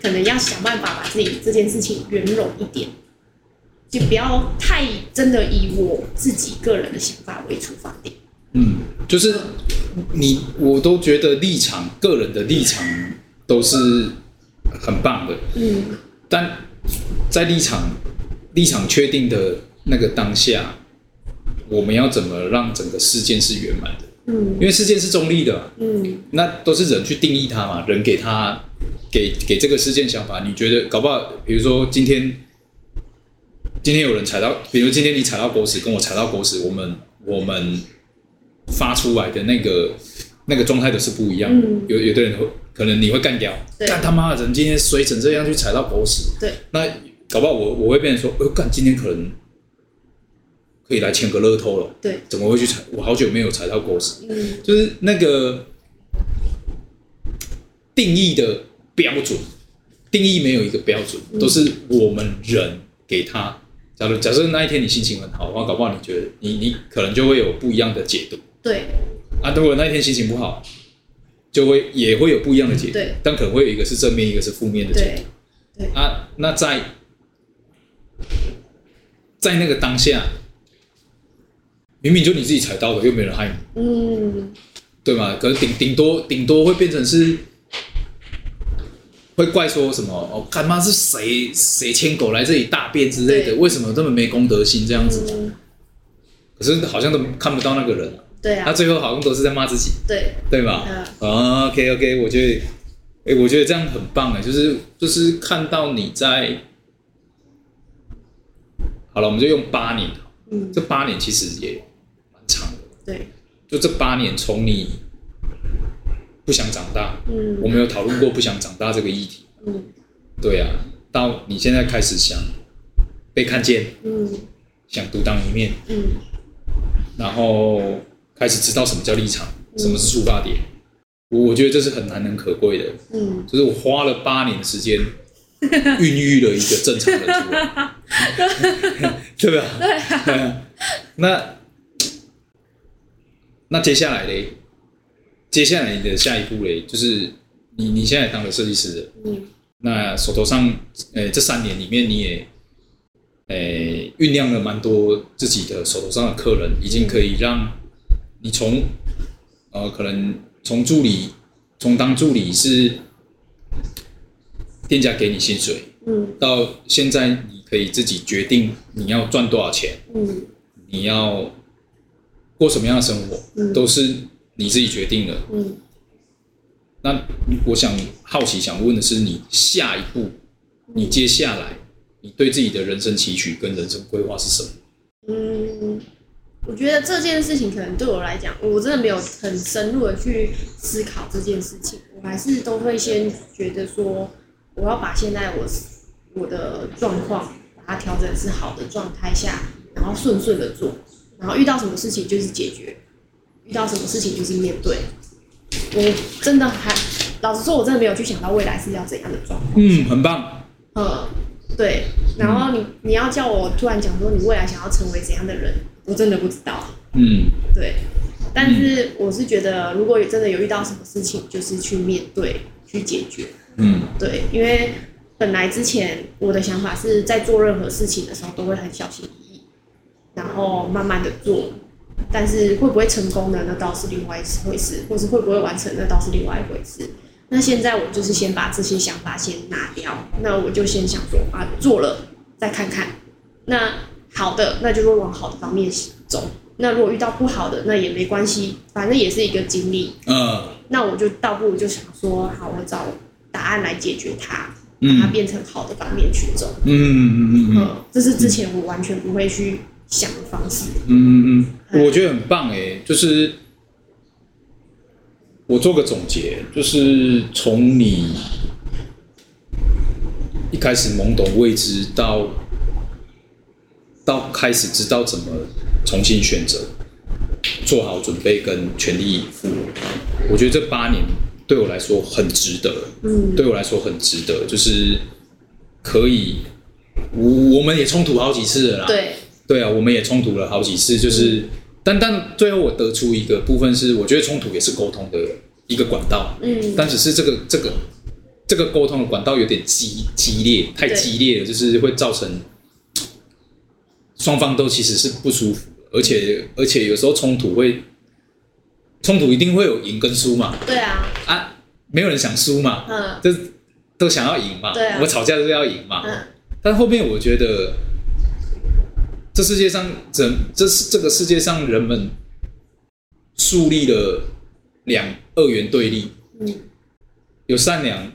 Speaker 2: 可能要想办法把自己这件事情圆融一点，就不要太真的以我自己个人的想法为出发点。
Speaker 1: 嗯，就是你我都觉得立场，个人的立场都是很棒的，
Speaker 2: 嗯
Speaker 1: 但在立场立场确定的那个当下，我们要怎么让整个事件是圆满的？
Speaker 2: 嗯
Speaker 1: 因为事件是中立的啊嘛，
Speaker 2: 嗯
Speaker 1: 那都是人去定义它嘛，人给它给给这个事件想法。你觉得搞不好，比如说今天今天有人踩到，比如今天你踩到狗屎，跟我踩到狗屎，我们我们发出来的那个那个状态都是不一样的。
Speaker 2: 嗯
Speaker 1: 有有的人会可能你会干掉，
Speaker 2: 对
Speaker 1: 干他妈的人今天衰成这样去踩到狗屎，
Speaker 2: 对，
Speaker 1: 那搞不好我我会变成说，哎、呦干今天可能可以来签个乐透了，
Speaker 2: 对，
Speaker 1: 怎么会去踩？我好久没有踩到狗屎。
Speaker 2: 嗯
Speaker 1: 就是那个定义的标准，定义没有一个标
Speaker 2: 嗯
Speaker 1: 准，都是我们人给他。假如假设那一天你心情很好，哇，搞不好你觉得你你可能就会有不一样的解读
Speaker 2: 对嗯
Speaker 1: 啊。如果那一天心情不好，就会也会有不一样的解读
Speaker 2: 对，
Speaker 1: 但可能会有一个是正面，一个是负面的解
Speaker 2: 对
Speaker 1: 读啊。那在在那个当下，明明就你自己踩到的，又没人害你。
Speaker 2: 嗯
Speaker 1: 对嘛？可是顶顶多顶多会变成是，会怪说什么哦，干妈是谁谁牵狗来这里大便之类的，
Speaker 2: 对
Speaker 1: 为什么这么没公德心这样子？
Speaker 2: 嗯
Speaker 1: 可是好像都看不到那个人，
Speaker 2: 对
Speaker 1: 他
Speaker 2: 啊嗯
Speaker 1: 最后好像都是在骂自己，
Speaker 2: 对
Speaker 1: 对吧？啊，OK OK，我觉得，哎、我觉得这样很棒哎，就是就是看到你在，好了，我们就用八年，
Speaker 2: 嗯
Speaker 1: 这八年其实也蛮长的，
Speaker 2: 对
Speaker 1: 就这八年从你不想长大，
Speaker 2: 嗯
Speaker 1: 我们有讨论过不想长大这个议题。
Speaker 2: 嗯
Speaker 1: 对啊，到你现在开始想被看见，
Speaker 2: 嗯
Speaker 1: 想独当一面，
Speaker 2: 嗯
Speaker 1: 然后开始知道什么叫立场，什么是出发点。我我觉得这是很难能可贵的，
Speaker 2: 嗯，
Speaker 1: 就是我花了八年的时间孕育了一个正常人 出来， 对吧？对啊。那那接下来嘞，接下来你的下一步嘞，就是你你现在当了设计师了，
Speaker 2: 嗯
Speaker 1: 那手头上，呃，这三年里面你也，呃，酝酿了蛮多自己的手头上的客人，已经可以让你从，呃，可能从助理，从当助理是店家给你薪水，
Speaker 2: 嗯
Speaker 1: 到现在你可以自己决定你要赚多少钱，
Speaker 2: 嗯
Speaker 1: 你要过什么样的生活，
Speaker 2: 嗯
Speaker 1: 都是你自己决定的。
Speaker 2: 嗯
Speaker 1: 那我想好奇想问的是，你下一步，你接下来，你对自己的人生期许跟人生规划是什么？
Speaker 2: 嗯，我觉得这件事情可能对我来讲，我真的没有很深入的去思考这件事情，我还是都会先觉得说，我要把现在我我的状况把它调整是好的状态下，然后顺顺的做，然后遇到什么事情就是解决，遇到什么事情就是面对。我真的还老实说，我真的没有去想到未来是要怎样的状况。
Speaker 1: 嗯，很棒。
Speaker 2: 呃，对，然后你你要叫我突然讲说你未来想要成为怎样的人，我真的不知道。
Speaker 1: 嗯
Speaker 2: 对，但是我是觉得，如果真的有遇到什么事情，就是去面对、去解决。
Speaker 1: 嗯
Speaker 2: 对，因为本来之前我的想法是在做任何事情的时候都会很小心翼翼，然后慢慢的做。但是会不会成功呢？那倒是另外一回事，或是会不会完成，那倒是另外一回事。那现在我就是先把这些想法先拿掉，那我就先想说啊，做了再看看。那好的，那就会往好的方面走。那如果遇到不好的，那也没关系，反正也是一个经历。
Speaker 1: 呃
Speaker 2: 那我就倒不如就想说，好，我找答案来解决它，把它
Speaker 1: 嗯
Speaker 2: 变成好的方面去走。
Speaker 1: 嗯嗯嗯嗯
Speaker 2: 嗯，这是之前我完全不会去想的方式。
Speaker 1: 嗯嗯嗯，我觉得很棒诶，就是我做个总结，就是从你一开始懵懂未知到到开始知道怎么重新选择，做好准备跟全力以赴，我觉得这八年对我来说很值得，
Speaker 2: 嗯
Speaker 1: 对我来说很值得，就是可以，我我们也冲突好几次了啦，
Speaker 2: 对，
Speaker 1: 对啊，我们也冲突了好几次，就是，
Speaker 2: 嗯
Speaker 1: 但但最后我得出一个部分是，我觉得冲突也是沟通的一个管道，
Speaker 2: 嗯
Speaker 1: 但只是这个这个这个沟通的管道有点激激烈，太
Speaker 2: 对
Speaker 1: 激烈了，就是会造成双方都其实是不舒服，而且而且有时候冲突会冲突一定会有赢跟输嘛，
Speaker 2: 对啊，
Speaker 1: 啊，没有人想输嘛，
Speaker 2: 嗯
Speaker 1: 这都想要赢嘛，
Speaker 2: 对啊
Speaker 1: 我吵架就是要赢嘛，
Speaker 2: 嗯
Speaker 1: 但后面我觉得这世界上整这是这个世界上人们树立了两二元对立，
Speaker 2: 嗯
Speaker 1: 有善良，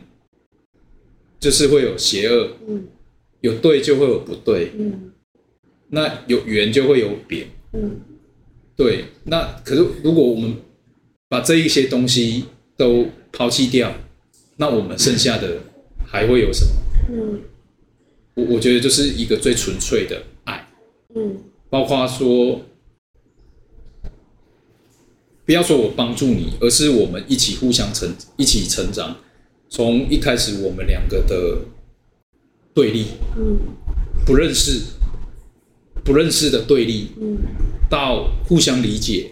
Speaker 1: 就是会有邪恶；
Speaker 2: 嗯
Speaker 1: 有对就会有不对，
Speaker 2: 嗯
Speaker 1: 那有圆就会有扁。
Speaker 2: 嗯
Speaker 1: 对，那可是如果我们把这一些东西都抛弃掉，那我们剩下的还会有什么？
Speaker 2: 嗯
Speaker 1: 我我觉得就是一个最纯粹的爱，
Speaker 2: 嗯
Speaker 1: 包括说，不要说我帮助你，而是我们一起互相成一起成长。从一开始我们两个的对立，
Speaker 2: 嗯
Speaker 1: 不认识，不认识的对立，
Speaker 2: 嗯
Speaker 1: 到互相理解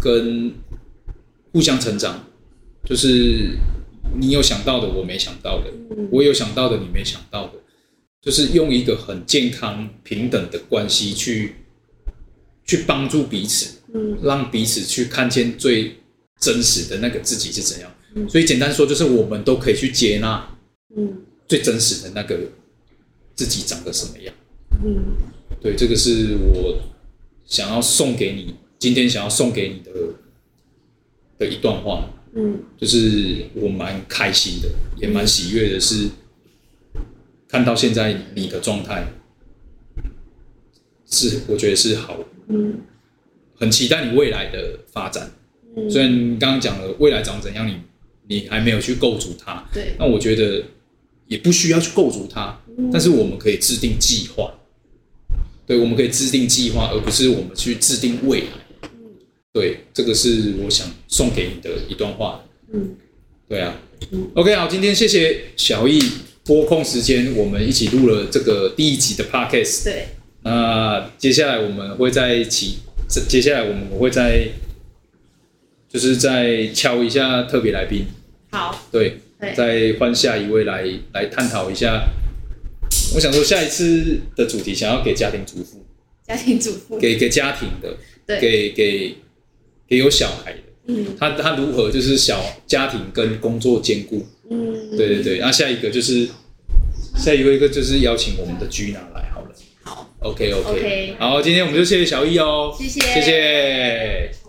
Speaker 1: 跟互相成长，就是你有想到的我没想到的，我有想到的你没想到的，就是用一个很健康平等的关系去去帮助彼此，
Speaker 2: 嗯
Speaker 1: 让彼此去看见最真实的那个自己是怎样。所以简单说，就是我们都可以去接纳
Speaker 2: 嗯
Speaker 1: 最真实的那个自己长得什么样。
Speaker 2: 嗯，
Speaker 1: 对，这个是我想要送给你，今天想要送给你的的一段话，
Speaker 2: 嗯
Speaker 1: 就是我蛮开心的，也蛮喜悦的是，看到现在你的状态是，我觉得是好，
Speaker 2: 嗯
Speaker 1: 很期待你未来的发展。
Speaker 2: 嗯
Speaker 1: 虽然你刚刚讲了未来长怎样，你你还没有去构筑它，
Speaker 2: 对，
Speaker 1: 那我觉得也不需要去构筑它，但是我们可以制定计划。对，我们可以制定计划，而不是我们去制定未来。对，这个是我想送给你的一段话。
Speaker 2: 嗯
Speaker 1: 对啊
Speaker 2: 嗯
Speaker 1: ，OK，好，今天谢谢小易拨空时间，我们一起录了这个第一集的 Podcast。
Speaker 2: 对，
Speaker 1: 那接下来我们会在其这接下来我们会在就是再敲一下特别来宾，
Speaker 2: 好，
Speaker 1: 对，
Speaker 2: 对，
Speaker 1: 再换下一位来来探讨一下。我想说，下一次的主题想要给家庭主妇，
Speaker 2: 家庭主妇，
Speaker 1: 给给家庭的，
Speaker 2: 对
Speaker 1: 给给给有小孩的，
Speaker 2: 嗯
Speaker 1: 他他如何就是小家庭跟工作兼顾？
Speaker 2: 嗯，
Speaker 1: 对对对。那、下一个就是下一位一个就是邀请我们的 Gina 来好了。
Speaker 2: 好
Speaker 1: OK OK，,
Speaker 2: OK
Speaker 1: 好，今天我们就谢谢小易哦，
Speaker 2: 谢谢
Speaker 1: 谢谢。